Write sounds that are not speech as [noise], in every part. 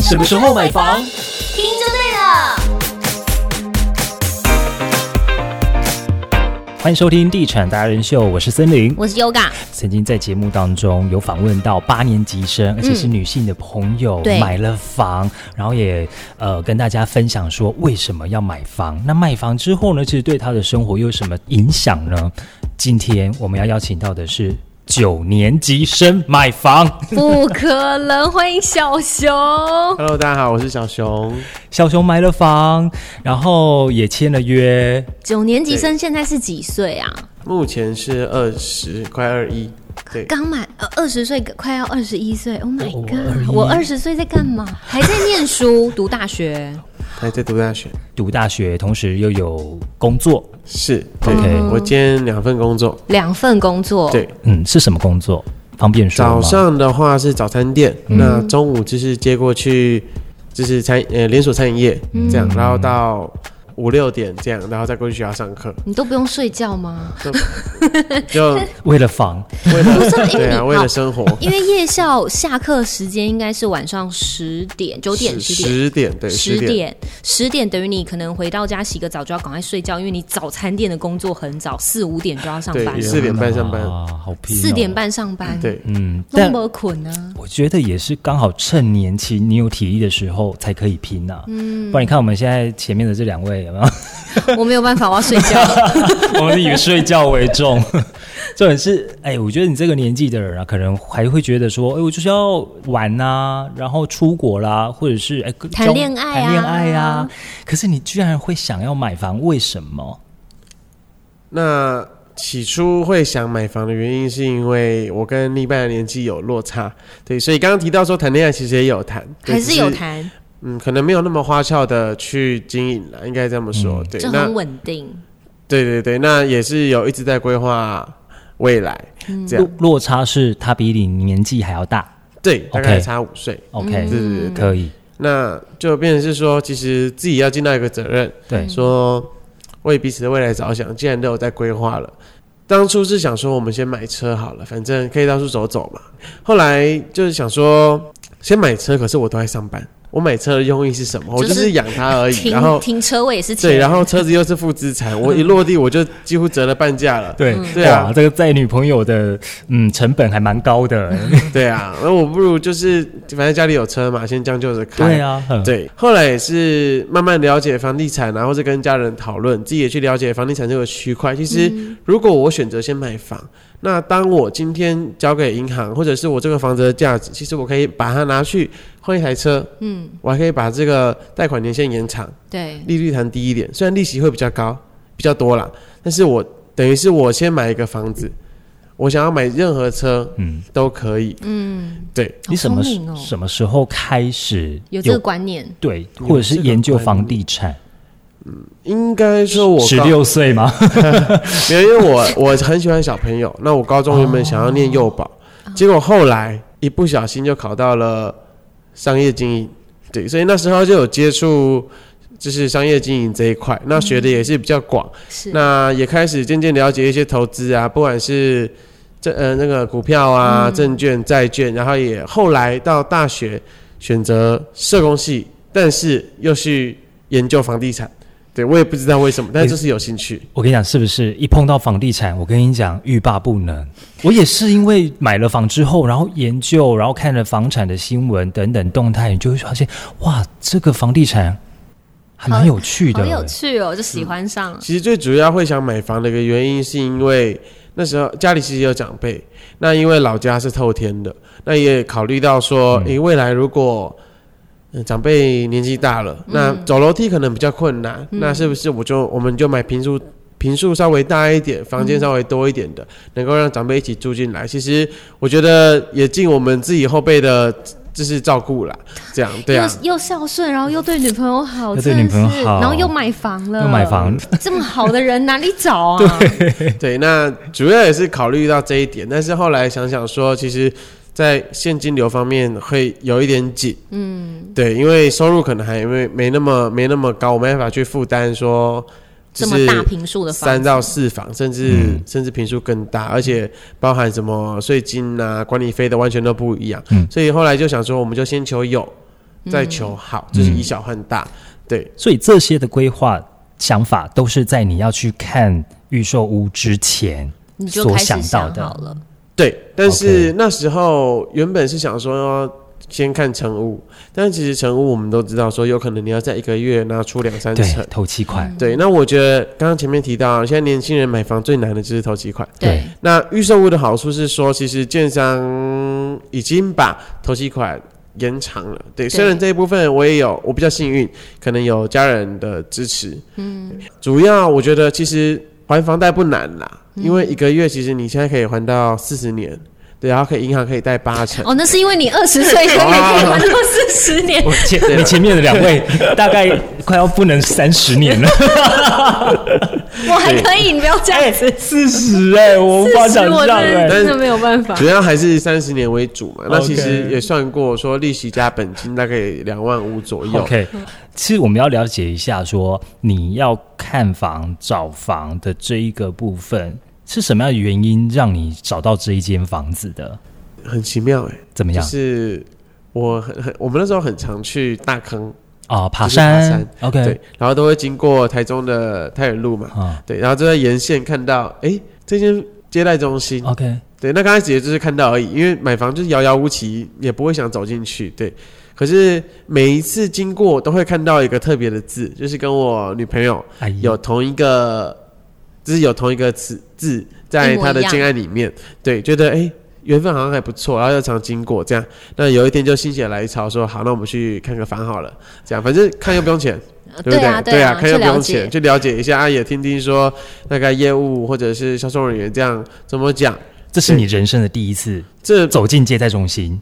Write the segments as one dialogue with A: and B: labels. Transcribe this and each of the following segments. A: 什么时候买房？
B: 听就对了。
A: 欢迎收听《地产达人秀》，我是森林。
B: 我是
C: [laughs]
B: Yoga，
A: 曾经在节目当中有访问到八年级生，而且是女性的朋友、
B: 对
A: 买了房，然后也呃跟大家分享说为什么要买房。那卖房之后呢，其实对她的生活又有什么影响呢？今天我们要邀请到的是九年级生买房。
B: 不可能！欢迎小熊，
C: Hello，大家好，我是小熊。
A: 小熊买了房，然后也签了约，
B: 九年级生现在是几岁啊？
C: 目前是二十，快二一。对，哦
B: 刚满呃二十岁，快要二十一岁。Oh my
A: 我
B: god！
A: 21
B: 我二十岁在干
C: [laughs]
B: 嘛？还在念书，读大学。
C: 还在读大学。
A: 读大学，同时又有工作。
C: 是对
A: OK
C: 我兼两份工作。
B: 两份工作，
C: 对，
A: 嗯，是什么工作？方便说吗？
C: 早上的话是早餐店，
B: 嗯
C: 那中午就是接过去，就是餐呃连锁餐饮业、
B: 嗯
C: 这样，然后到五六点这样，然后再过去学校上课。
B: 你都不用睡觉吗？
C: 就
A: 为了房，
C: 为了
B: 是因为
C: [laughs]
B: 呃
C: 对啊，
B: 哎你
C: 为
B: 好
C: 了生活。
B: 因为夜校下课时间应该是晚上十点、九点、十点。
C: 十点对
B: 十
C: 十点。
B: 点，十点等于你可能回到家洗个澡就要赶快睡觉，因为你早餐店的工作很早，四五点就要上
C: 对
B: 班，了。
C: 四点半上班
A: 啊，好拼、
B: 四点，半上班，，
C: 对，
A: 嗯，
B: 那
A: 但
B: 么困啊， [laughs]
A: 我觉得也是刚好趁年轻你有体力的时候才可以拼呐、嗯，不然你看我们现在前面的这两位有
C: [laughs]
A: 没有？
B: 我没有办法，我要睡觉。
A: 我们是以睡觉为重， [laughs] 重点是，哎、我觉得你这个年纪的人啊，可能还会觉得说，哎、我就是要玩呐、然后出国啦，或者是哎，跟
B: 谈
A: 交
B: 恋爱啊
A: 谈恋爱啊。可是你居然会想要买房，为什么？
C: 那起初会想买房的原因，是因为我跟另一半的年纪有落差，对，所以刚刚提到说谈恋爱其实也有谈，对
B: 还是有，
C: 只
B: 谈，
C: 嗯，可能没有那么花俏的去经营了，应该这么说，对，
B: 嗯这
C: 那
B: 很稳定。
C: 对对对，那也是有一直在规划未来，
B: 嗯
C: 这样
A: 落落差是他比你年纪还要大。
C: 对，大概
A: OK
C: 差五岁，
A: OK，、
B: 嗯
C: 对对对，
A: 可以，
C: 那就变成是说，其实自己要尽到一个责任，
B: 嗯
A: 对，
C: 说为彼此的未来着想，既然都有在规划了，当初是想说我们先买车好了，反正可以到处走走嘛。后来就是想说先买车，可是我都在上班，我买车的用意是什么？我
B: 就是
C: 就是养它而哎已。然
B: 停
C: 后
B: 停车位也是
C: 对，
B: 钱，
C: 然后车子又是负资
B: [laughs]
C: 产，我一落地我就几乎折了半价了。
A: 对
B: 嗯
C: 对啊
A: 哇这个载女朋友的嗯成本还蛮高的，
C: 对啊，那我不如就是反正家里有车嘛，先将就着开。
A: [laughs] 对啊，嗯，
C: [laughs] 对，后来也是慢慢了解房地产啊，或是跟家人讨论，自己也去了解房地产这个区块。其实，如果我选择先买房，那当我今天交给银行，或者是我这个房子的价值，其实我可以把它拿去换一台车，嗯，我还可以把这个贷款年限延长，
B: 对，
C: 利率谈低一点，虽然利息会比较高，比较多啦，但是我等于是我先买一个房子，我想要买任何车
A: 嗯，
C: 都可以，
B: 嗯，
C: 对，
A: 你什么
B: 好
A: 时
B: 聪明哦
A: 什么时候开始
B: 有这个观念，
A: 对，或者是
C: 这个
A: 研究
C: 观念
A: 房地产？
C: 应该说我
A: 十
C: 高
A: 六岁吗？ [laughs]
C: 没有，因为我我很喜欢小朋友。那我高中原本想要念幼保，结果后来一不小心就考到了商业经营。对，所以那时候就有接触，就是商业经营这一块。那学的也是比较广，
B: 是
C: 那也开始渐渐了解一些投资啊，不管是这呃那个股票啊、证券、债券，然后也后来到大学选择社工系，但是又去研究房地产。对，我也不知道为什么，但是就是有兴趣。
A: 我跟你讲，是不是一碰到房地产，我跟你讲欲罢不能。我也是因为买了房之后，然后研究，然后看了房产的新闻等等动态，你就会发现，哇，这个房地产还蛮有趣的
B: 好。有趣哦，就喜欢上了。
C: 其实最主要会想买房的一个原因，是因为那时候家里其实有长辈，那因为老家是透天的，那也考虑到说，诶、未来如果、呃长辈年纪大了，那走楼梯可能比较困难，那是不是我就我们就买平数平数稍微大一点，房间稍微多一点的，能够让长辈一起住进来。其实我觉得也尽我们自己后辈的就是照顾啦，这样对啊。
B: 又又孝顺，然后又对女朋友好，
A: 又对
B: 真的
A: 女朋友
B: 是
A: 好
B: 然后又买房了，
A: 又买房，
B: 这么好的人哪里找啊？
C: 对，那主要也是考虑到这一点，但是后来想想说，其实，在现金流方面会有一点紧，嗯，对，因为收入可能还没没那么没那么高，我没办法去负担说
B: 这
C: 就
B: 么
C: 是
B: 大平数的房
C: 三
B: 子，
C: 到四房，甚至、甚至平数更大，而且包含什么税金啊、管理费的完全都不一样，所以后来就想说，我们就先求有，再求好，这是以小换大。对，
A: 所以这些的规划想法都是在你要去看预售屋之前
B: 你就
A: 所
B: 开始
A: 到
B: 想好
A: 的。
B: 了，
C: 对，但
A: OK
C: 是那时候原本是想说先看成屋，但其实成屋我们都知道说有可能你要在一个月拿出两三
A: 对
C: 成，。
A: 头期
B: 嗯
A: 款，
C: 对，那我觉得刚刚前面提到，现在年轻人买房最难的就是头期款。
A: 对
B: 对，
C: 那预售屋的好处是说，其实建商已经把头期款延长了。对，
B: 对
C: 虽然这一部分我也有，我比较幸运，可能有家人的支持。嗯，主要我觉得其实还房贷不难啦，
A: 嗯
C: 因为一个月其实你现在可以还到四十年，对，然后可以银行可以贷八成。
B: 哦，那是因为你二十岁所以可以还到四十年，
A: [laughs] 我前
C: [laughs] 对啊
A: 你前面的两位大概快要不能三十年
B: [laughs]
A: 了，
B: 我还可以，你不要这样子。
A: 四十哎，我无法
B: 四
A: 想
B: 十我
A: 象
B: 真的
A: 哎。
B: 真的没有办法
C: [laughs] 主。要还是三十年为主嘛，那
A: OK
C: 其实也算过说利息加本金大概两万五左右。
A: OK，其实我们要了解一下说你要看房找房的这一个部分是什么样的原因让你找到这一间房子的？
C: 很奇妙哎、
A: 怎么
C: 就
A: 样
C: 是我很很我们那时候很常去大坑。
A: 啊？爬
C: 就是爬
A: 山
C: 山
A: o k
C: 对，然后都会经过台中的太原路嘛，
A: 啊
C: 对，然后就在沿线看到，哎，这间接待中心，
A: ，OK，
C: 对，那刚开始也就是看到而已，因为买房就是遥遥无期，也不会想走进去，对。可是每一次经过都会看到一个特别的字，就是跟我女朋友
A: 哎呀
C: 有同一个，就是有同一个词字在她的建案里面，对，觉得哎。诶缘分好像还不错，然后又常经过这样，那有一天就心血来潮说好，那我们去看个房好了，这样反正看又不用钱，对不
B: 对啊，
C: 对
B: 啊，
C: 看
B: 去
C: 又不
B: 了
C: 用
B: 解
C: 钱，。去了解一下，啊，也听听说大概业务或者是销售人员这样怎么讲，
A: 这是你人生的第一次
C: 这
A: 走进接待中心，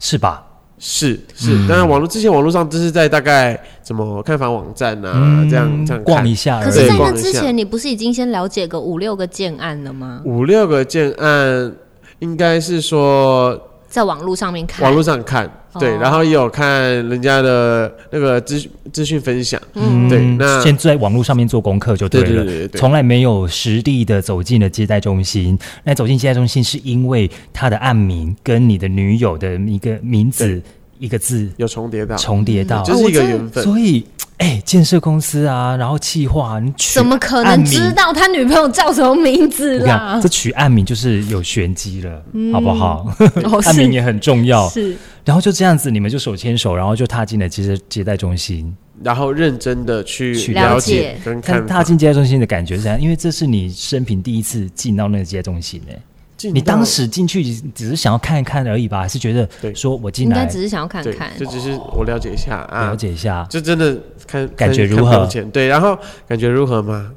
A: 是吧？
C: 是是，
B: 嗯
C: 当然网络之前网络上都是在大概怎么看房网站啊，这样这
A: 嗯
C: 样
A: 逛
C: 看
A: 一下而
B: 可
A: 已，
B: 是，在
C: 对
B: 那
C: 逛一
B: 之
C: 下
B: 前，你不是已经先了解个五六个建案了吗？
C: 五六个建案，应该是说
B: 在网络上面看，
C: 网络上看，对
B: 哦，
C: 然后也有看人家的那个资讯资讯分享，
B: 嗯
C: 对，那
A: 先嗯在网络上面做功课就
C: 对
A: 了。
C: 对对对对
A: 从来没有实地的走进了接待中心。那走进接待中心是因为他的案名跟你的女友的一个名字一个字
C: 有重叠到，
A: 重叠到，
C: 就是一个缘分，
A: 所以哎，建设公司啊，然后企划，你取
B: 怎么可
A: 案
B: 能
A: 名
B: 知道啊他女朋友叫什么名字
A: 我跟你
B: 啦
A: 讲，？这取案名就是有玄机了，好不好？
B: 嗯
A: [laughs]
B: 哦
A: 案名
B: 是
A: 也很重要。
B: 是
A: 然后就这样子，你们就手牵手，然后就踏进了接接待中心。
C: 然后认真的去
A: 去
B: 了
C: 了
B: 解
C: 解跟看
A: 但
C: 法
A: 踏，进接待中心的感觉是怎样？因为这是你生平第一次进到那个接待中心诶、
C: 进
A: 你
C: 到
A: 当时进去只是想要看一看而已吧？还是觉得
C: 对
A: 说我进
B: 应该
A: 来
B: 只是想要看
C: 对
B: 看，
C: 就只是我了解一下啊，
A: 了解一下？
C: 就真的看
A: 感觉
C: 看
A: 如何
C: 看不用钱对，然后感觉如何吗？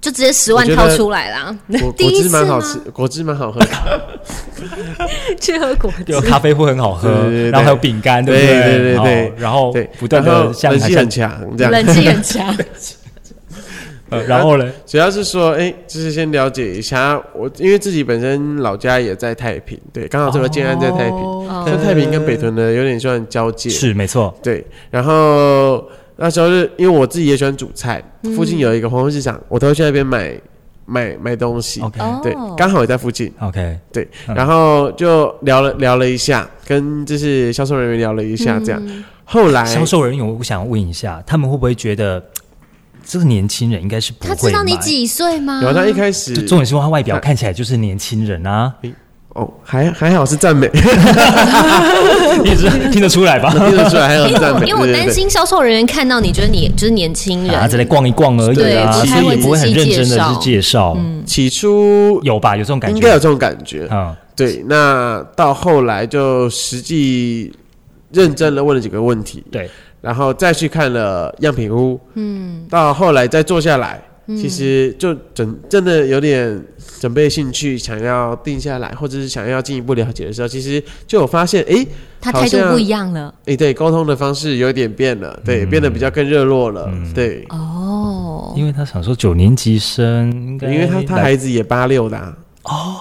B: 就直接十万
C: 我觉
B: 掏
C: 得
B: 出来啦。
C: 果
B: 第
C: 果
B: 一
C: 汁
B: 次
C: 蛮
B: 吗
C: 好？吃，果汁蛮
A: [laughs]
C: 好喝。
B: 去喝果汁
A: 有，咖啡会很好喝，
C: 对对对对
A: 然后还有饼干，不对？
C: 对对对对
A: 哦然后
C: 对，
A: 不断
C: 然
A: 的
C: 后
A: 向
C: 人
A: 台
C: 气
A: 向
C: 很，强，这样。
B: 冷气很强，
A: 呃然后呢？
C: 主要是说，哎，就是先了解一下我，因为自己本身老家也在太平，对，刚好这个建安在太平，
A: 哦
C: 像太平跟北屯的有点算交界，
A: 是没错，
C: 对。然后那时候是因为我自己也喜欢煮菜，
B: 嗯
C: 附近有一个黄昏市场，我都会去那边买买买东西，
A: OK
B: 哦
C: [laughs] 对，刚好也在附近。
A: OK，
C: 对，
A: 嗯
C: 然后就聊了聊了一下，跟就是销售人员聊了一
B: 嗯
C: 下，这样。后来
A: 销售人员，我想问一下，他们会不会觉得嘖这个年轻人应该是不会
B: 他知道你
A: 买？
B: 几岁吗？
C: 有他一开始
A: 就重点是他外表看起来就是年轻人啊，
C: 哦，还还好是赞美， [laughs]
A: 你也是听得出来吧？
C: 听得出来还好
B: 因
C: 是
B: 为
C: 赞
B: 我
C: 美，
B: 因为我
C: 对
B: 担。心销售人员看到你觉得你就是年轻
A: 啊，
B: 人，
A: 只来逛一逛而已啊，
B: 对
A: 所以也不会很认真的去介绍，
B: 嗯
C: 对对起初
A: 有吧？有这种感
C: 应该有
A: 觉，
C: 这种感觉，
A: 嗯，
C: 对。那到后来就实际认真的问了几个问题，
A: 对，
C: 然后再去看了样品屋，嗯，到后来再坐下来，其实就准真的有点准备兴趣，想要定下来，或者是想要进一步了解的时候，其实就有发现，诶
B: 他态度
C: 好像
B: 不一样了
C: 诶，对，沟通的方式有点变了，
A: 嗯
C: 对，变得比较更热络了，对，
B: 哦。
A: 因为他想说九年级生，应该
C: 因为他他
A: 来
C: 孩子也八六的、啊，哦，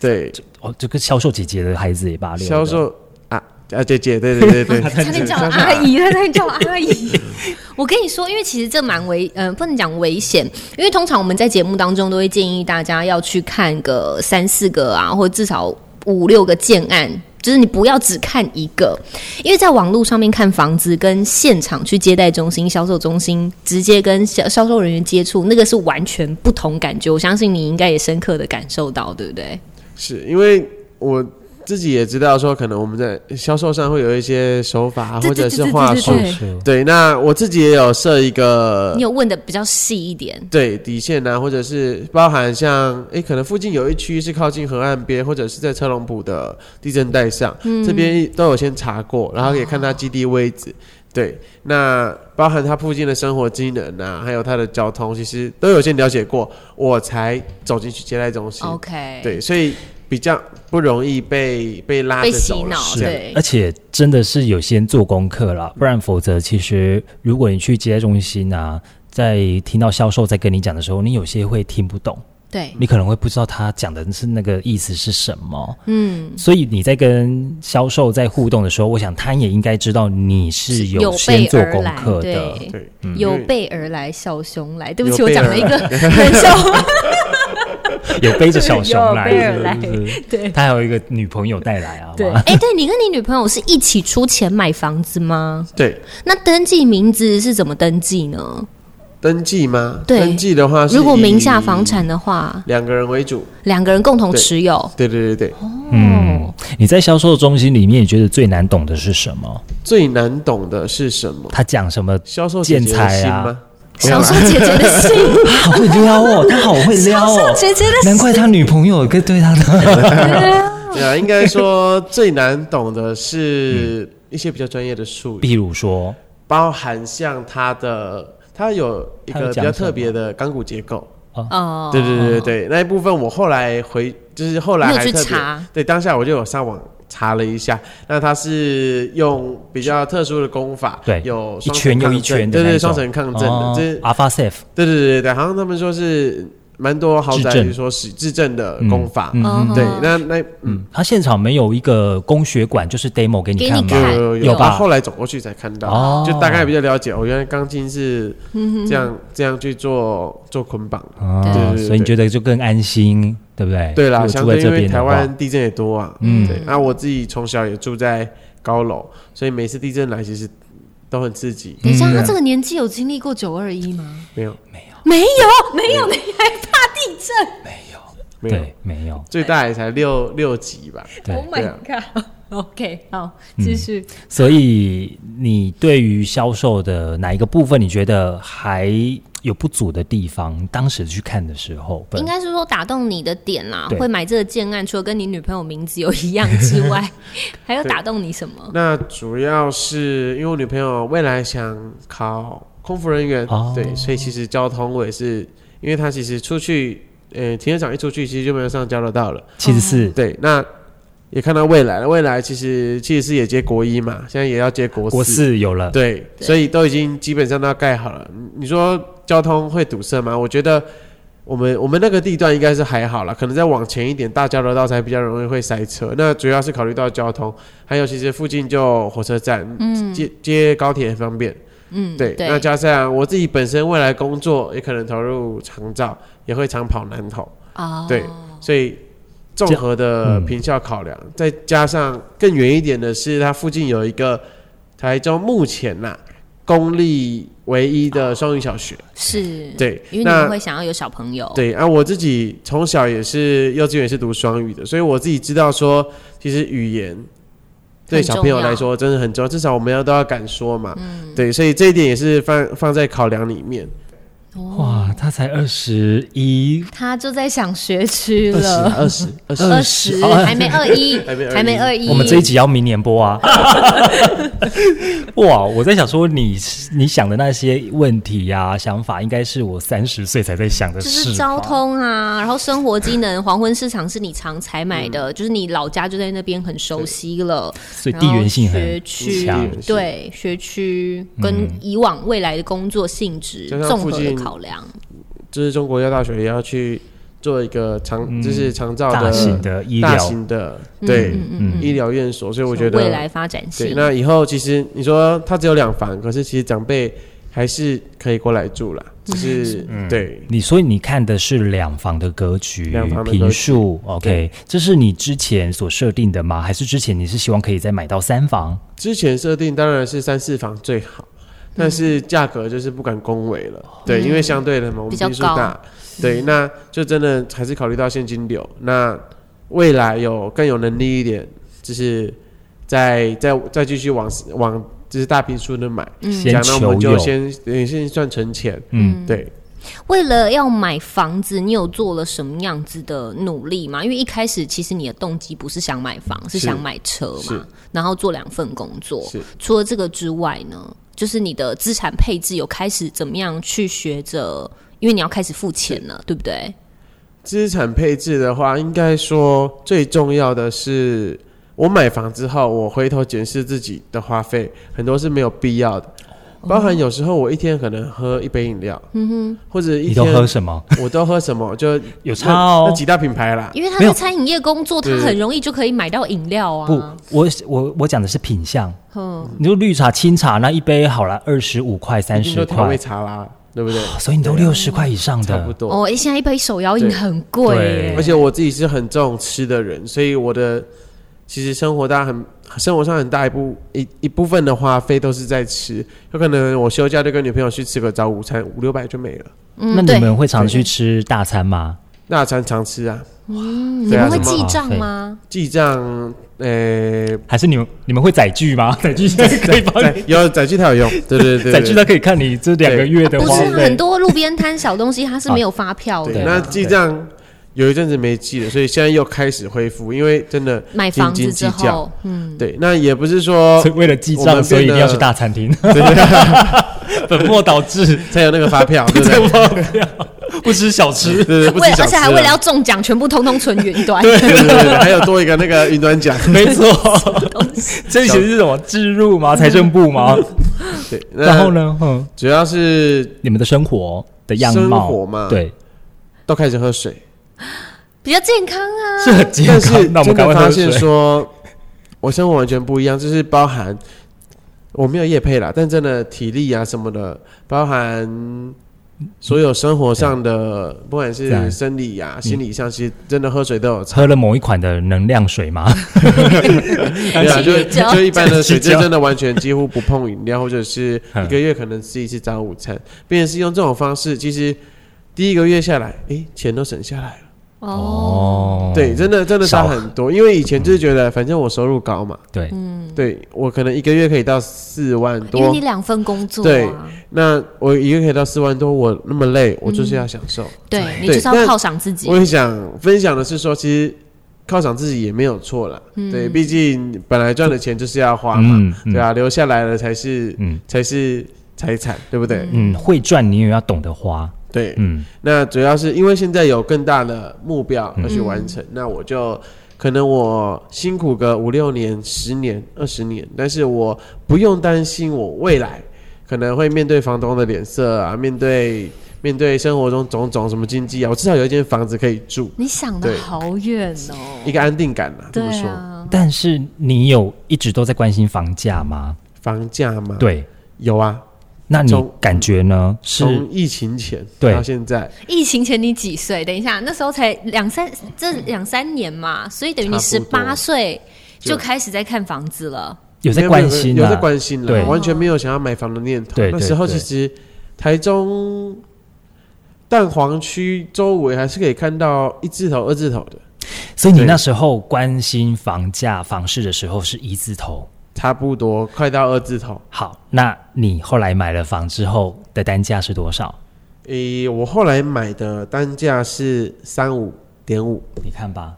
C: 对，
A: 哦，这个销售姐姐的孩子也八六，哦
C: 销售啊啊姐姐，对对对对，
B: 差
C: [laughs]
B: 点叫我阿姨，他差点叫我阿姨。 [laughs] 我跟你说，因为其实这蛮危，嗯、不能讲危险，因为通常我们在节目当中都会建议大家要去看个三四个啊，或至少五六个建案。就是你不要只看一个，因为在网络上面看房子，跟现场去接待中心、销售中心直接跟销销售人员接触，那个是完全不同感觉。我相信你应该也深刻的感受到，对不对？
C: 是因为我自己也知道说，可能我们在销售上会有一些手法
B: 对对
C: 或者
B: 对
C: 是
B: 对
C: 话
B: 对
C: 术。
B: 对
A: 是
C: 对，那我自己也有设一个
B: 你有问的比较细一点，
C: 对底线啊，或者是包含像诶，可能附近有一区是靠近河岸边，或者是在车龙埔的地震带上，
B: 嗯
C: 这边都有先查过，然后也看它基地位置。对，那包含它附近的生活机能啊，还有它的交通，其实都有先了解过，我才走进去接待中心。
B: OK，
C: 对，所以比较不容易被被拉着
B: 被洗
C: 走了
B: 脑
A: 是
B: 对
A: 而且真的是有先做功课啦，不然否则其实如果你去接待中心啊，在听到销售在跟你讲的时候，你有些会听不懂，
B: 对，
A: 你可能会不知道他讲的是那个意思是什么。
B: 嗯，
A: 所以你在跟销售在互动的时候，我想他也应该知道你是有先
B: 备
A: 做
B: 而
A: 功
B: 来，
A: 课的。嗯
B: 对，嗯
C: 对，嗯
B: 有
C: 因为
B: 备而来，小熊来。对不起，
C: 有
B: 我
C: 备
B: 讲
C: 而
B: 了一个冷笑
C: [laughs]
B: 话。
A: 有背着小熊来，
B: [laughs] 有背而来
A: 是不是
B: 对
A: 他还有一个女朋友带来啊，
B: 对，
A: 哇
B: 哎、对你跟你女朋友是一起出钱买房子吗？
C: 对
B: 那登记名字是怎么登记呢？
C: 登记吗？
B: 对
C: 登记的话是
B: 如果名下
C: 以
B: 房产的话，
C: 两个人为主。
B: 两个人共同持有。
C: 对对对对，
A: 嗯，你在销售中心里面，你觉得最难懂的是什
B: [laughs]
A: 么？
C: 最难懂的是什么？
A: 他讲什么？
C: 销售姐姐
A: 建
C: 的
A: 材
C: 心
A: 啊
C: 吗？不要
B: 小
C: 啦
B: 叔姐姐的
A: [laughs]
B: 心，
A: 好会撩
B: [laughs]
A: 哦，他好会撩
B: 小
A: 哦
B: 叔，姐姐的
A: 难怪他女朋友跟对他的
C: 对啊，应该说最难懂的是一些比较专业的术
A: [laughs]
C: 语，
A: 比如说，
C: 包含像它的，它有一
A: 它有
C: 个比
A: 讲
C: 较
A: 什么
C: 特别的钢骨结构。
B: 哦，
C: 对对对对对，那一部分我后来回，就是后来
B: 你有
C: 还
B: 去
C: 特别
B: 查
A: 嗯
C: 对当下我就有上网查了一下，那它是用比较特殊的功法，
A: 对
C: 有
A: 一
C: 双
A: 圈
C: 层
A: 又
C: 抗
A: 一圈
C: 震
A: 的
C: 对
A: 那
C: 对，
A: 种哦
C: 双层抗震的，这
A: 阿发 safe，
C: 对对对对，好像他们说是蛮多豪
A: 制
C: 宅
A: 震
C: 说是自证的
A: 嗯
C: 功法，
B: 嗯
C: 对，那那嗯。
A: 他现场没有一个供血管，就是 demo 给你
B: 给
A: 看
B: 你
A: 吗？
B: 看
C: 有有
A: 有吧
C: 他后来走过去才看到，
A: 哦
C: 就大概比较了解。哦，原来钢筋是
B: 嗯
C: 这样、这样去做做捆绑。
A: 哦
C: 对对对
A: 所以你觉得就更安心，对不对？
C: 对啦，
A: 如果
C: 相
A: 住在
C: 对因
A: 这
C: 为
A: 边
C: 台
A: 的话，
C: 湾地震也多啊，
A: 嗯
C: 对。那我自己从小也住在高楼，所以每次地震来其实都很刺激。
B: 等一
A: 嗯
B: 下，他这个年纪有经历过九二一吗？
C: 没有
B: 没有，没有，你还怕地震
C: 没有，
A: 对，没有。
C: 最大也才六六级吧。
A: 对嗯
B: ？Oh
C: 对
B: my
C: 啊
B: god！OK，好，继续。
A: 所以你对于销售的哪一个部分，你觉得还有不足的地方？当时去看的时候，
B: 应该是说打动你的点啦，
A: 对
B: 会买这个建案，除了跟你女朋友名字有一样之
C: [laughs]
B: 外，还有打动你什么？
C: 那主要是因为我女朋友未来想考空服人员，
A: 哦
C: 对，所以其实交通我也是，因为她其实出去，呃，停车场一出去，其实就没有上交流道了。
A: 其实是
C: 对，那也看到未来了，未来其实其实是也接国一嘛，现在也要接
B: 哦
C: 国
A: 国四有了，
C: 对，
B: 对
C: 所以都已经基本上都要盖好了。你你说交通会堵塞吗？我觉得我们我们那个地段应该是还好了，可能再往前一点，大交流道才比较容易会塞车。那主要是考虑到交通，还有其实附近就火车站，接接高铁也方便。
B: 嗯，
C: 对，那加上我自己本身未来工作也可能投入长照，也会长跑南投，
B: 啊，
C: 对所以。综合的
A: 嗯
C: 评效考量，再加上更远一点的是，它附近有一个台中目前呐、公立唯一的双语小学。
B: 是，
C: 对，
B: 嗯因为你们
C: 那
B: 会想要有小朋友，
C: 对啊，我自己从小也是幼稚园是读双语的，所以我自己知道说，其实语言对小朋友来说真的很重要，至少我们要都要敢说嘛。
B: 嗯
C: 对，所以这一点也是放放在考量里面。
B: 哦
A: 哇，他才二十一，
B: 他就在想学区
C: 二十，
B: 了，
C: 二十，二十，
A: 十
B: 二十
A: 哦
B: 还没二一，
C: [laughs] 还没21
B: 还没二一，
A: 我们这一集要明年播
C: [laughs]
A: 啊！哇，我在想说你你想的那些问题呀、想法，应该是我三十岁才在想的
B: 就
A: 事吧。
B: 是交通啊，然后生活机能，黄昏市场是你常采买
C: 嗯
B: 的，就是你老家就在那边很熟悉了，
A: 所以地缘性
B: 然后学
A: 很强嗯
B: 区对学区跟以往未来的工作性质
C: 加上
B: 综合
C: 附
B: 的
C: 近
B: 考量，
C: 就是中国医药大学也要去做一个长，就是长照的
A: 大型的医
C: 嗯大
A: 疗，
C: 型的对、
A: 嗯
C: 医疗院所，所以我觉得
B: 未来发展
C: 对，
B: 性，
C: 那以后其实你说它只有两房，可是其实长辈还是可以过来住啦。就是、
A: 嗯
C: 对，
A: 你所以你看的是两房的格局
C: 两房、的格局
A: 平数，OK，这是你之前所设定的吗？还是之前你是希望可以再买到三房？
C: 之前设定当然是三四房最好，
B: 嗯
C: 但是价格就是不敢恭维了，对，因为相对的嘛，我们
B: 比较嗯
C: 基数大，对，那就真的还是考虑到现金流。那未来有更有能力一点，就是再再再继续往往就是大平数的买，
B: 嗯
A: 先
C: 讲那
A: 求
C: 我们就
A: 有，
C: 先呃先算存钱，
A: 嗯，
C: 对，
B: 为了要买房子，你有做了什么样子的努力吗？因为一开始其实你的动机不是想买房，是
C: 是
B: 想买车嘛
C: 是，
B: 然后做两份工作。
C: 是。
B: 除了这个之外呢，就是你的资产配置有开始怎么样去学着，因为你要开始付钱了，对不对？
C: 资产配置的话，应该说最重要的是，我买房之后，我回头检视自己的花费，很多是没有必要的。包含有时候我一天可能喝一杯饮料，哦嗯哼，或者一
A: 你都
C: 天
A: 喝什么？
C: [laughs] 我都喝什么，就
A: 有
C: 那
A: 差哦
C: 那。几大品牌啦，
B: 因为他
A: 没
B: 在
A: 有
B: 餐饮业工作，他
C: 对
B: 很容易就可以买到饮料
A: 不
B: 啊。，
A: 我我我讲的是品相，
B: 嗯，
A: 你就绿茶、清茶那一杯好了，二十五块、三
C: 一定都
A: 十
C: 调味
A: 块，哦
C: 茶啦，对不对？啊
A: 所以你都六十块以上
C: 差不
A: 的，
C: 多。
B: 哦，诶现在一杯手摇饮
C: 对
B: 很贵
A: 对
B: 耶，
C: 而且我自己是很重吃的人，所以我的其实生活大很生活上很大一部一一部分的花费都是在吃，有可能我休假就跟女朋友去吃个早午餐，五六百就没了。
A: 那
B: 嗯，
A: 你
B: 对，
A: 们会常去吃大餐吗？
C: 大餐常吃啊，
B: 嗯你
C: 对啊
B: 们会
C: 什么
B: 记
A: 花
B: 账
A: 费
B: 吗？
C: 记账，呃，
A: 还是你们你们会载具吗？ [laughs] 载具现在可以帮
C: 载
A: 你，
C: 有载具才有
B: [laughs]
C: 用，对对对
A: 载具
C: 对。
A: 它可以看你这两个月的
B: 不
A: 花
B: 是啊
A: 费
B: 很。多路边摊小东西，它是没有发票
C: [laughs] 对，
B: 的。
C: 那记账有一阵子没记了，所以现在又开始恢复，因为真的
B: 买
C: 斤
B: 房
C: 斤
B: 子
C: 计
B: 之
C: 较。
B: 后，嗯，
C: 对，那也不是说
A: 所以为了记
C: 哦我
A: 账，
C: 们
A: 所以一定要
C: 变得
A: 去大餐厅，
C: 对对对
A: [laughs] 本末倒置，
C: 才有那个发票，对不
A: 再
C: 对？
A: 忘掉，不吃小吃。
C: 对对，不
B: 为
C: 吃
B: 了而
C: 小啊吃
B: 且
C: 了，
B: 还为了要中奖，全部通通存云
C: [laughs]
B: 端。 [laughs]
C: 对对对，对还有多一个那个云
A: [laughs]
C: 端奖。
A: 没错，这以前是什么置入吗？财政部吗？
C: 嗯对，那
A: 然后？呢？嗯，
C: 主要是
A: 你们的生活的样
C: 生
A: 貌，
C: 活嘛，，
A: 对，
C: 都开始喝水，
B: 比较健康啊。
A: 是很健
C: 但
A: 康
C: 是。
A: 那我们
C: 真
A: 赶快
C: 的发
A: 喝
C: 现
A: 水。
C: 说，我生活完全不一样，就是包含我没有夜配啦，但真的体力啊什么的，包含所有生活上的，不管
A: 对啊
C: 是生理啊、心理上，其实真的喝水都有差。
A: 喝了某一款的能量水吗？嗯
C: 对啊，就
B: 计较
C: 就一般的水
A: 计
C: 就
A: 较
C: 真的完全几乎不碰饮料，或者是一个月可能吃一次早午餐，并且是用这种方式，其实第一个月下来，诶，钱都省下来了。
B: 哦，
A: 哦，
C: 对，真的真的差
A: 少嗯
C: 很多，因为以前就是觉得反正我收入高嘛，
A: 对，
C: 对我可能一个月可以到四万
B: 嗯因为
C: 多
B: 你，两份工作
C: 对
B: 啊，
C: 那我一个月可以到四万多，我那么累，我就是要享受。
B: 对你就
C: 对
B: 是要
C: 但
B: 犒赏自己
C: 我。也想分享的是说，其实犒赏自己也没有错啦，
B: 嗯
C: 对，毕竟本来赚的钱就是要花嘛，
A: 嗯嗯
C: 对啊，留下来了才是、
A: 嗯
C: 才是财产，对不对？
A: 嗯，会赚你也要懂得花，
C: 对，
A: 嗯，
C: 那主要是因为现在有更大的目标要去完
A: 嗯
C: 成，那我就可能我辛苦个五六年、十年、二十年，但是我不用担心我未来可能会面对房东的脸色啊，面对面对生活中种种什么经济啊，我至少有一间房子可以住，
B: 你想的
C: 对
B: 好远哦。
C: 一个安定感啊。这么
B: 对
C: 说，
B: 啊，
A: 但是你有一直都在关心房价吗？
C: 房价嘛，，
A: 对，
C: 有啊，
A: 那你
C: 从
A: 感觉呢？是
C: 从疫情前
A: 对
C: 到现在，
B: 疫情前你几岁？等一下，那时候才两三，这两三年嘛，所以等于你
C: 差
B: 十
C: 不多
B: 八岁
C: 就
B: 就开始在看房子了。
A: 有在
C: 没有
A: 关心
C: 没有有在
A: 啊？
C: 关心
A: 对
C: 了，完全没有想要买房的念头。
A: 对
C: 那
A: 对
C: 时候
A: 对
C: 其实台中蛋黄区周围还是可以看到一字头、二字头的，
A: 所以你
C: 对
A: 那时候关心房价、房市的时候是一字头。
C: 差不多快到二字头。
A: 好，那你后来买了房之后的单价是多少？
C: 诶、我后来买的单价是三五点五，
A: 你看吧，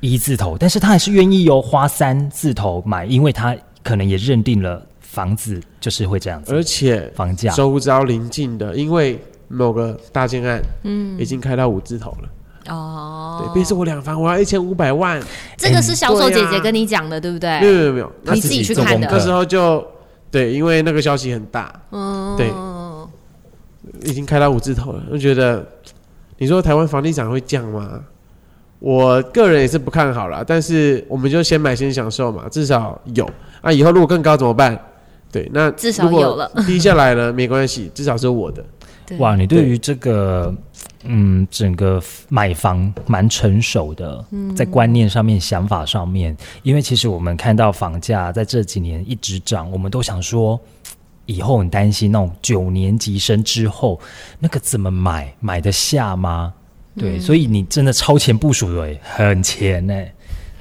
A: 一字头，但是他还是愿意哦，花三字头买，因为他可能也认定了房子就是会这样子，
C: 而且
A: 房价
C: 周遭邻近的，因为某个大建案，嗯，已经开到五字头了。
B: 哦，
C: 对，便是我两房，我要一千五百万。
B: 这个是销售姐
C: 对
B: 姐
C: 啊
B: 跟你讲的，对不
C: 没
B: 对？
C: 有没有没有，那
B: 你自己去
A: 做
B: 看
A: 功
B: 的
C: 那时
A: 课，
C: 候就对，因为那个消息很大，
B: 嗯，
C: 对已经开到五字头了，就觉得你说台湾房地产会降吗？我个人也是不看好啦，但是我们就先买先享受嘛，至少有啊。以后如果更高怎么办？对，那
B: 至少
C: 如果
B: 有了， [laughs]
C: 低下来了没关系，至少是我的。
B: 对
A: 哇，你对于这个嗯整个买房蛮成熟的，在观念上面、想法上面，因为其实我们看到房价在这几年一直涨，我们都想说。以后很担心那种九年级生之后，那个怎么买？买得下吗？对，所以你真的超前部署了耶，很前呢、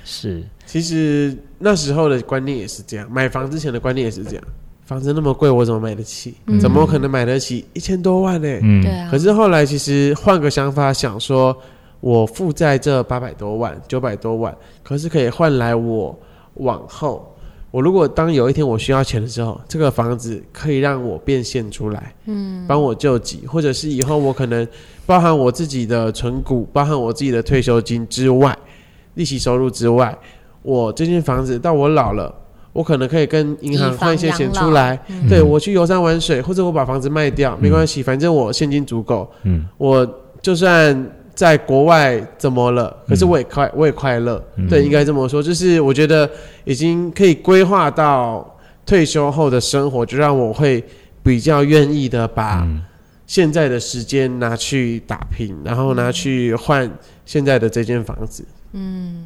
A: 是，
C: 其实那时候的观念也是这样，买房之前的观念也是这样，房子那么贵，我怎么买得起？
B: 嗯
C: 怎么可能买得起一千多万呢、欸
A: 嗯
B: 对，啊，
C: 可是后来其实换个想法，想说我负债这八百多万、九百多万，可是可以换来我往后，我如果当有一天我需要钱的时候，这个房子可以让我变现出来，嗯，帮我救急，或者是以后我可能包含我自己的存股，包含我自己的退休金之外，利息收入之外，我这间房子到我老了。我可能可以跟银行
B: 以防
C: 换一些钱
B: 养
C: 出
B: 老
C: 来，对我去游山玩水，或者我把房子卖掉，没关系，反正我现金足够。
A: 嗯，
C: 我就算在国外怎么了，可是我也快，我也快乐。对，应该这么说，就是我觉得已经可以规划到退休后的生活，就让我会比较愿意的把现在的时间拿去打拼，然后拿去换现在的这间房子。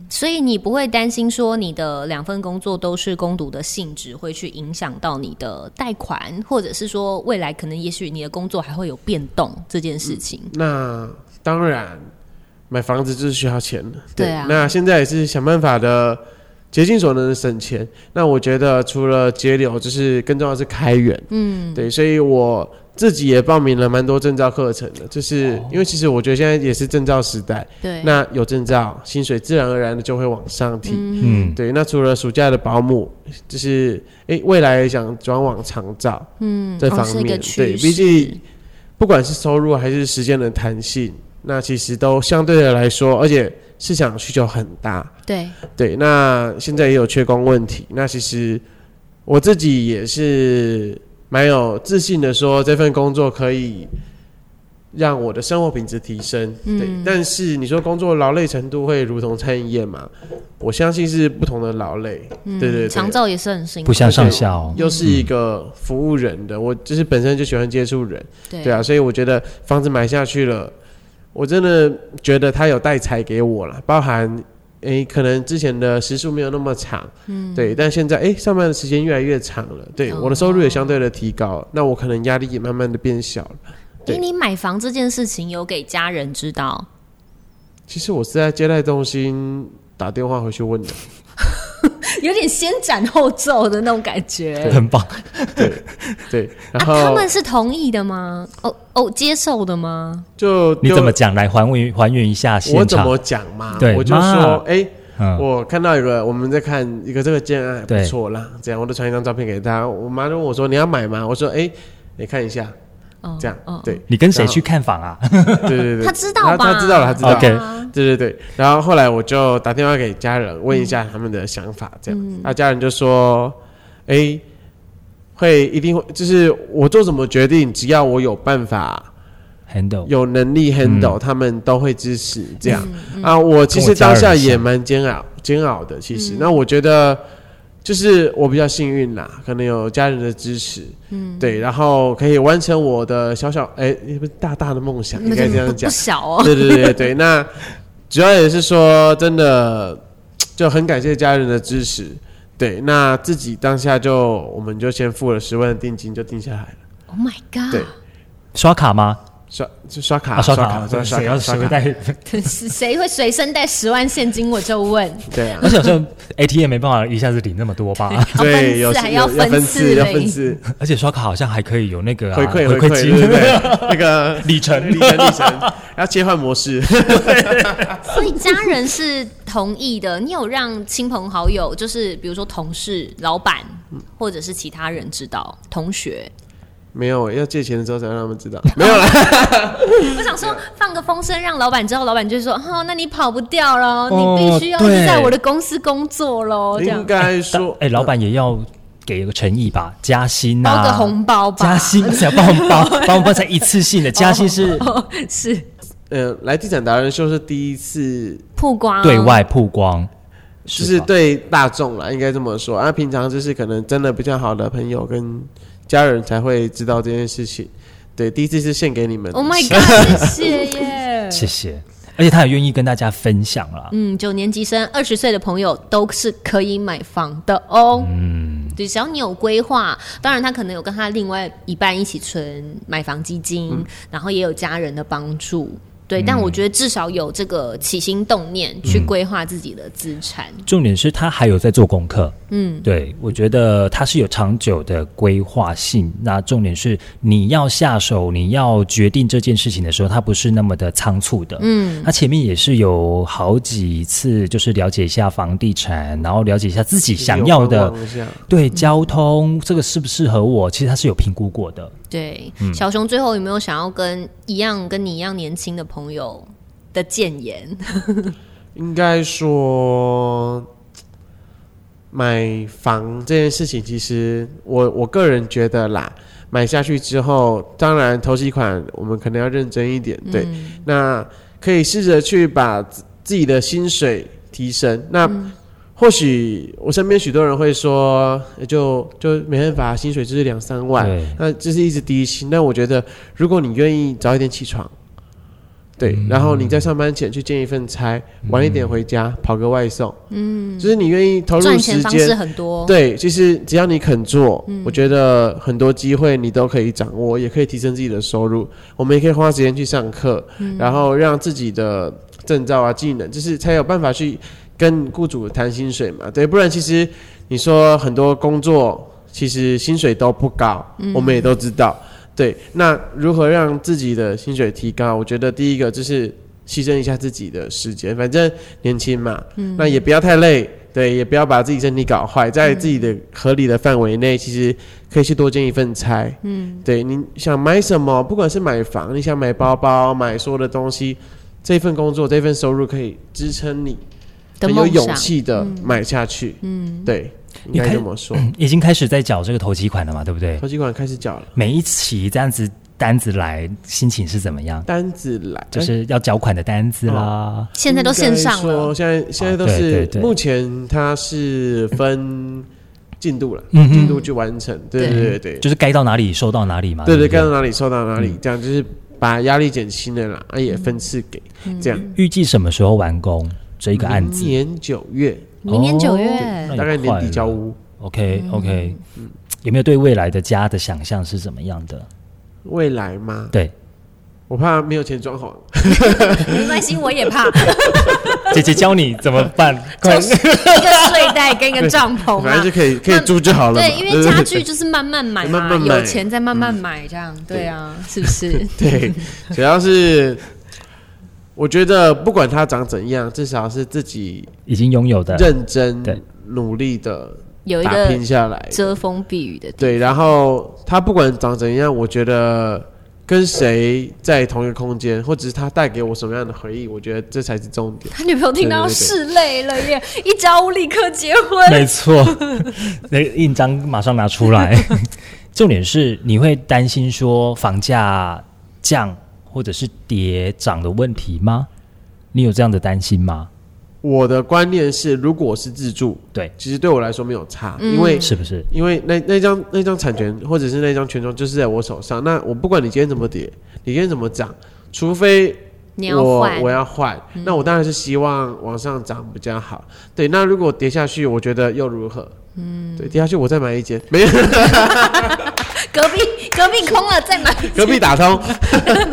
B: 所以你不会担心说你的两份工作都是攻读的性质，会去影响到你的贷款，或者是说未来可能也许你的工作还会有变动这件事情。
C: 那当然，买房子就是需要钱的。
B: 对啊
C: 那现在也是想办法的，竭尽所能的省钱。那我觉得除了节流，就是更重要的是开源。嗯，对，所以我自己也报名了蛮多证照课程的，就是、因为其实我觉得现在也是证照时代，
B: 哦对，
C: 嗯那有证照，薪水自然而然的就会往上提。
A: 嗯，
C: 对，那除了暑假的保姆，就是诶，未来也想转往长照，嗯，这
B: 哦
C: 方
B: 是一个
C: 面，
B: 趋
C: 对，毕
B: 势
C: 竟不管是收入还是时间的弹性，那其实都相对的来说，而且市场需求很大，
B: 对，
C: 对，那现在也有缺工问题，那其实我自己也是蛮有自信的说，这份工作可以。让我的生活品质提升，对。但是你说工作劳累程度会如同餐饮业嘛？我相信是不同的劳累，对对对。
B: 嗯长照也是很辛苦，
A: 不相上下哦。
C: 又是一个服务人的，我就是本身就喜欢接触人，
B: 对
C: 对啊，所以我觉得房子买下去了，我真的觉得他有带财给我了，包含诶、可能之前的时数没有那么长，嗯，对，但现在诶、上班的时间越来越长了，对，
B: 哦
C: 我的收入也相对的提高，那我可能压力也慢慢的变小了。
B: 诶
C: 对
B: 哎你买房这件事情有给家人知道？ [laughs]
C: 其实我是在接待中心打电话回去问的，
B: 有点先斩后奏的那种感
C: [laughs]
B: 觉。
A: [laughs] 很棒，
C: 对，
B: 啊，
C: 然后、
B: 他们是同意的吗？哦哦，接受的吗？
C: 就
A: 你怎么
C: 就
A: 讲来还原还原一下
C: 我
A: 现
C: 怎
A: 场？
C: 么讲嘛？
A: 对
C: 我就
A: 妈
C: 说诶。
A: 嗯，
C: 我看到一个，我们在看一个这个建案还
A: 对
C: 不错啦，这样我就传一张照片给他。我妈就问我说：“你要买吗？”我说：“哎、你看一下，
B: 哦，
C: 这样。
B: 哦，
C: 对
A: 你跟谁去看房啊？ [laughs]
C: 对对对，
B: 他知道吧？
C: 他知道了，他知道了。
A: OK
B: 啊
C: 对对对，然后后来我就打电话给家人问一下
B: 嗯
C: 他们的想法，这样，那、家人就说：“哎、会一定会，就是我做什么决定，只要我有办法。”
A: handle
C: 有能力
A: 嗯
C: handle，、他们都会支持这样、
B: 嗯
C: 啊。我其实当下也蛮煎熬煎熬的，其
B: 嗯
C: 实、那我觉得就是我比较幸运啦，可能有家人的支持，嗯，对，然后可以完成我的小小哎、不是大大的梦想，应
B: 那
C: 该这
B: 个
C: 样
B: 不
C: 讲
B: 不，小哦。
C: 对对对对对，那主要也是说真的，就很感谢家人的支持。对，那自己当下就我们就先付了十万的定金，就定下来了。
B: Oh my god！
C: 对
A: 刷卡吗？
C: 刷就刷卡、
A: 啊，刷
C: 卡
A: 卡，
C: 刷刷
A: 谁要
C: 卡刷
A: 谁会
C: 卡，
A: 带？ [laughs]
B: 真是谁会随身带十万现金？我就
C: [laughs]
B: 问，
C: 对啊。
A: 而且好像 ATM 没办法一下子领那么多吧？
C: [laughs] 对，
B: 要
C: 有
B: 分次
C: 时
B: 还
C: 有
B: 要
C: 要
B: 分
C: 分
B: 次
C: 次，
B: 嘞
C: 要分次
A: 而且刷卡好像还可以有那个啊
C: 回馈
A: 回
C: 馈
A: 金，
C: 对对
A: [laughs]
C: 对，那个
A: 里程
C: [laughs] 里程里程，要切换模式。 [laughs]
B: 所以家人是同意的。你有让亲朋好友，就是比如说同事、老板，或者是其他人知道，同学。
C: 没有，要借钱的时候才让他们知道。没有啦，
B: 我想说放个风声，让老板知道，老板就说：“哦，那你跑不掉喽，
A: 哦
B: 你必须要
A: 对
B: 是在我的公司工作哦喽。”这样
C: 应该说，
A: [laughs]
C: 呃
A: 哎，老板也要给个诚意吧，加薪
B: 包
A: 呐，
B: 个红包吧，
A: 加薪，想帮我
B: [laughs]
A: 包，帮我包才一次性的加薪是
B: 哦是
C: 呃，来地产达人秀是第一次，
B: 曝光
A: 对外曝光，
C: 就是
A: 吧
C: 对大众啦，应该这么说。啊，平常就是可能真的比较好的朋友跟家人才会知道这件事情。对，第一次是献给你们的。
B: Oh my
C: [laughs]
B: god！谢谢耶。
A: 谢谢。而且他也愿意跟大家分享啦。
B: 嗯，九年级生二十岁的朋友都是可以买房的哦。嗯，对，只要你有规划，当然他可能有跟他另外一半一起存买房基金，
C: 嗯
B: 然后也有家人的帮助。对，但我觉得至少有这个起心动念去规划自己的资产。
C: 嗯
A: 重点是他还有在做功课，
B: 嗯，
A: 对我觉得他是有长久的规划性。那重点是你要下手，你要决定这件事情的时候，他不是那么的仓促的，嗯，他前面也是有好几次就是了解一下房地产，然后了解一下自己想要的，
C: 有观望一下
A: 对交通这个适不适合我，其实他是有评估过的。
B: 对，
C: 嗯
B: 小熊最后有没有想要跟一样跟你一样年轻的朋友的谏言？
C: 应该说，买房这件事情，其实我我个人觉得啦，买下去之后，当然头期款我们可能要认真一点，对，那可以试着去把自自己的薪水提升。那、或许我身边许多人会说，呃就就没办法，薪水就是两三万
A: 对，
C: 那这是一直低薪。但我觉得，如果你愿意早一点起床，对，然后你在上班前去兼一份差，晚一点回家跑个外送，嗯，就是你愿意投入
B: 赚
C: 时
B: 钱方式
C: 间。
B: 很多，
C: 对，其实只要你肯做，我觉得很多机会你都可以掌握，也可以提升自己的收入。我们也可以花时间去上课，然后让自己的证照啊、技能，就是才有办法去跟雇主谈薪水嘛。对，不然其实你说很多工作其实薪水都不高，我们也都知道。对，那如何让自己的薪水提高？我觉得第一个就是牺牲一下自己的时间，反正年轻嘛，
B: 嗯
C: 那也不要太累，对，也不要把自己身体搞坏，在自己的合理的范围内，其实可以去多兼一份差。嗯，对，你想买什么，不管是买房，你想买包包，买所有的东西，这份工作，这份收入可以支撑你
B: 的
C: 很有
B: 梦
C: 勇
B: 想。
C: 气的买下去。嗯，对，应
A: 你
C: 该
A: 看
C: 这么说。
B: 嗯
A: 已经开始在缴这个头期款了嘛，对不对？
C: 投期款开始缴了，
A: 每一期这样子单子来，心情是怎么样？
C: 单子来，
A: 就是要缴款的单子啦，
B: 现在都线上
C: 应该
B: 了
C: 说，现在现在都
A: 啊对对
C: 是
A: 对
C: 目前它是分进度了，
A: 嗯哼
C: 进度去完成。对对对对
A: 就是该到哪里收到哪
B: 啊
A: 里嘛。
C: 对对，
A: 不
C: 该到哪里收到哪
B: 嗯
C: 里，这样就是把压力减轻了啦，啊也分次给，
B: 嗯
C: 这样。
A: 预计什么时候完工这一个案子
C: 明？年九月，
B: 明年九月。
A: 哦
C: 大概年底交。屋。
A: 那也快
C: 嗯
A: 了 OK OK，有没有对未来的家的想象是怎么样
C: [laughs]
A: 的？
C: 未来吗？
A: 对，
C: 我怕没有钱装潢，
B: 没关系，我也
C: [laughs]
B: 怕，
A: 姐姐教你怎么办？快
B: 就是一个睡袋跟一个帐篷
C: 反正就
B: 嘛。
C: 可以可以租就好了嘛。
B: 哦对，因为家具就是慢慢买嘛，
C: [laughs] 慢慢买嗯
B: 有钱再慢慢买，这样对啊，是不是？
C: [laughs] 对，主要是我觉得不管它长怎样，至少是自己
A: 已经拥有的，
C: 认真
A: 对
C: 努力的
B: 有一
C: 打
B: 个
C: 拼下来。
B: 遮风避雨的地
C: 对，然后他不管长怎样，我觉得跟谁在同一个空间，或者是他带给我什么样的回忆，我觉得这才是重点。
B: 他女朋友听到
C: 对对对
B: 是累了耶，一交屋立刻结婚。
A: [laughs] 没错，那个印章马上拿出来。 [laughs] 重点是你会担心说房价降或者是跌涨的问题吗？你有这样的担心吗？
C: 我的观念是，如果是自住，
A: 对，
C: 其实对我来说没有差，
B: 嗯
C: 因为
A: 是不是？
C: 因为那那张那张产权或者是那张权状就是在我手上，那我不管你今天怎么跌，你今天怎么涨，除非
B: 你要
C: 我
B: 换嗯
C: 我要换，那我当然是希望往上涨比较好。对，那如果跌下去，我觉得又如何？嗯，对，跌下去我再买一间，没有
B: 隔壁隔壁空了再买，
C: 隔壁打通，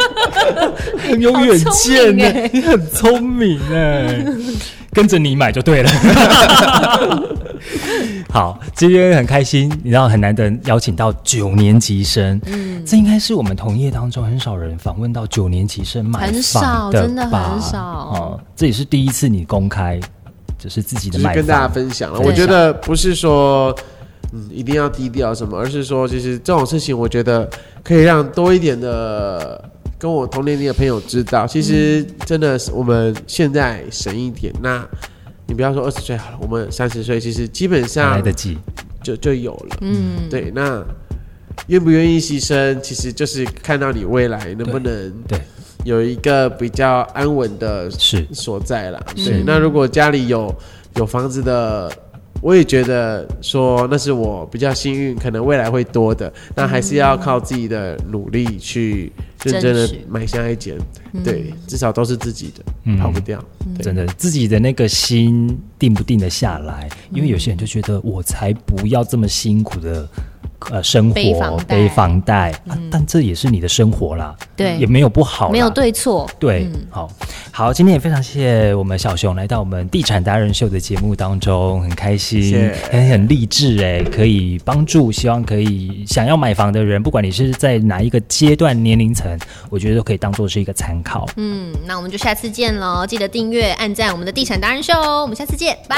A: [laughs] 很有远见呢、你很聪明
B: 欸
A: 哎、
B: [laughs]
A: 跟着你买就对了。 [laughs] 好，今天很开心，你知道很难得邀请到九年级生，嗯，这应该是我们同业当中很少人访问到九年级生买
B: 很少
A: 房的
B: 真的很
A: 吧
B: 少
A: 哦，这也是第一次你公开，就是自己的
C: 就是
A: 买
C: 跟大家
A: 房，
C: 分享了。
B: 对
C: 我觉得不是说嗯一定要低调什么，而是说其实这种事情，我觉得可以让多一点的跟我同年龄的朋友知道，其实
A: 嗯
C: 真的是我们现在省一点那。你不要说二十岁好了，我们三十岁其实基本
A: 还来
C: 上
A: 得及。
C: 就就有了。嗯，对，那愿不愿意牺牲，其实就是看到你未来能不能
A: 对
C: 有一个比较安稳的
A: 是
C: 所在啦。对，那如果家里有有房子的我也觉得说那是我比较幸运，可能未来会多的，那还是要靠自己的努力去认真
B: 争
C: 的
B: 取
C: 买下一间，对，至少都是自己的，
A: 嗯
C: 跑不掉。对
A: 真的，自己的那个心定不定得下来？因为有些人就觉得，我才不要这么辛苦的呃生活，
B: 背房贷嗯
A: 背房贷、啊，但这也是你的生活啦，
B: 对
A: 也没有不好啦，
B: 没有对嗯错，
A: 对，好好，今天也非常谢谢我们小熊来到我们地产达人秀的节目当中，很开心，
C: 谢
A: 很很励志哎，可以帮助，希望可以想要买房的人，不管你是在哪一个阶段年龄层，我觉得都可以当做是一个参考。
B: 嗯，那我们就下次见喽！记得订阅、按赞我们的地产达人秀哦，我们下次见，拜。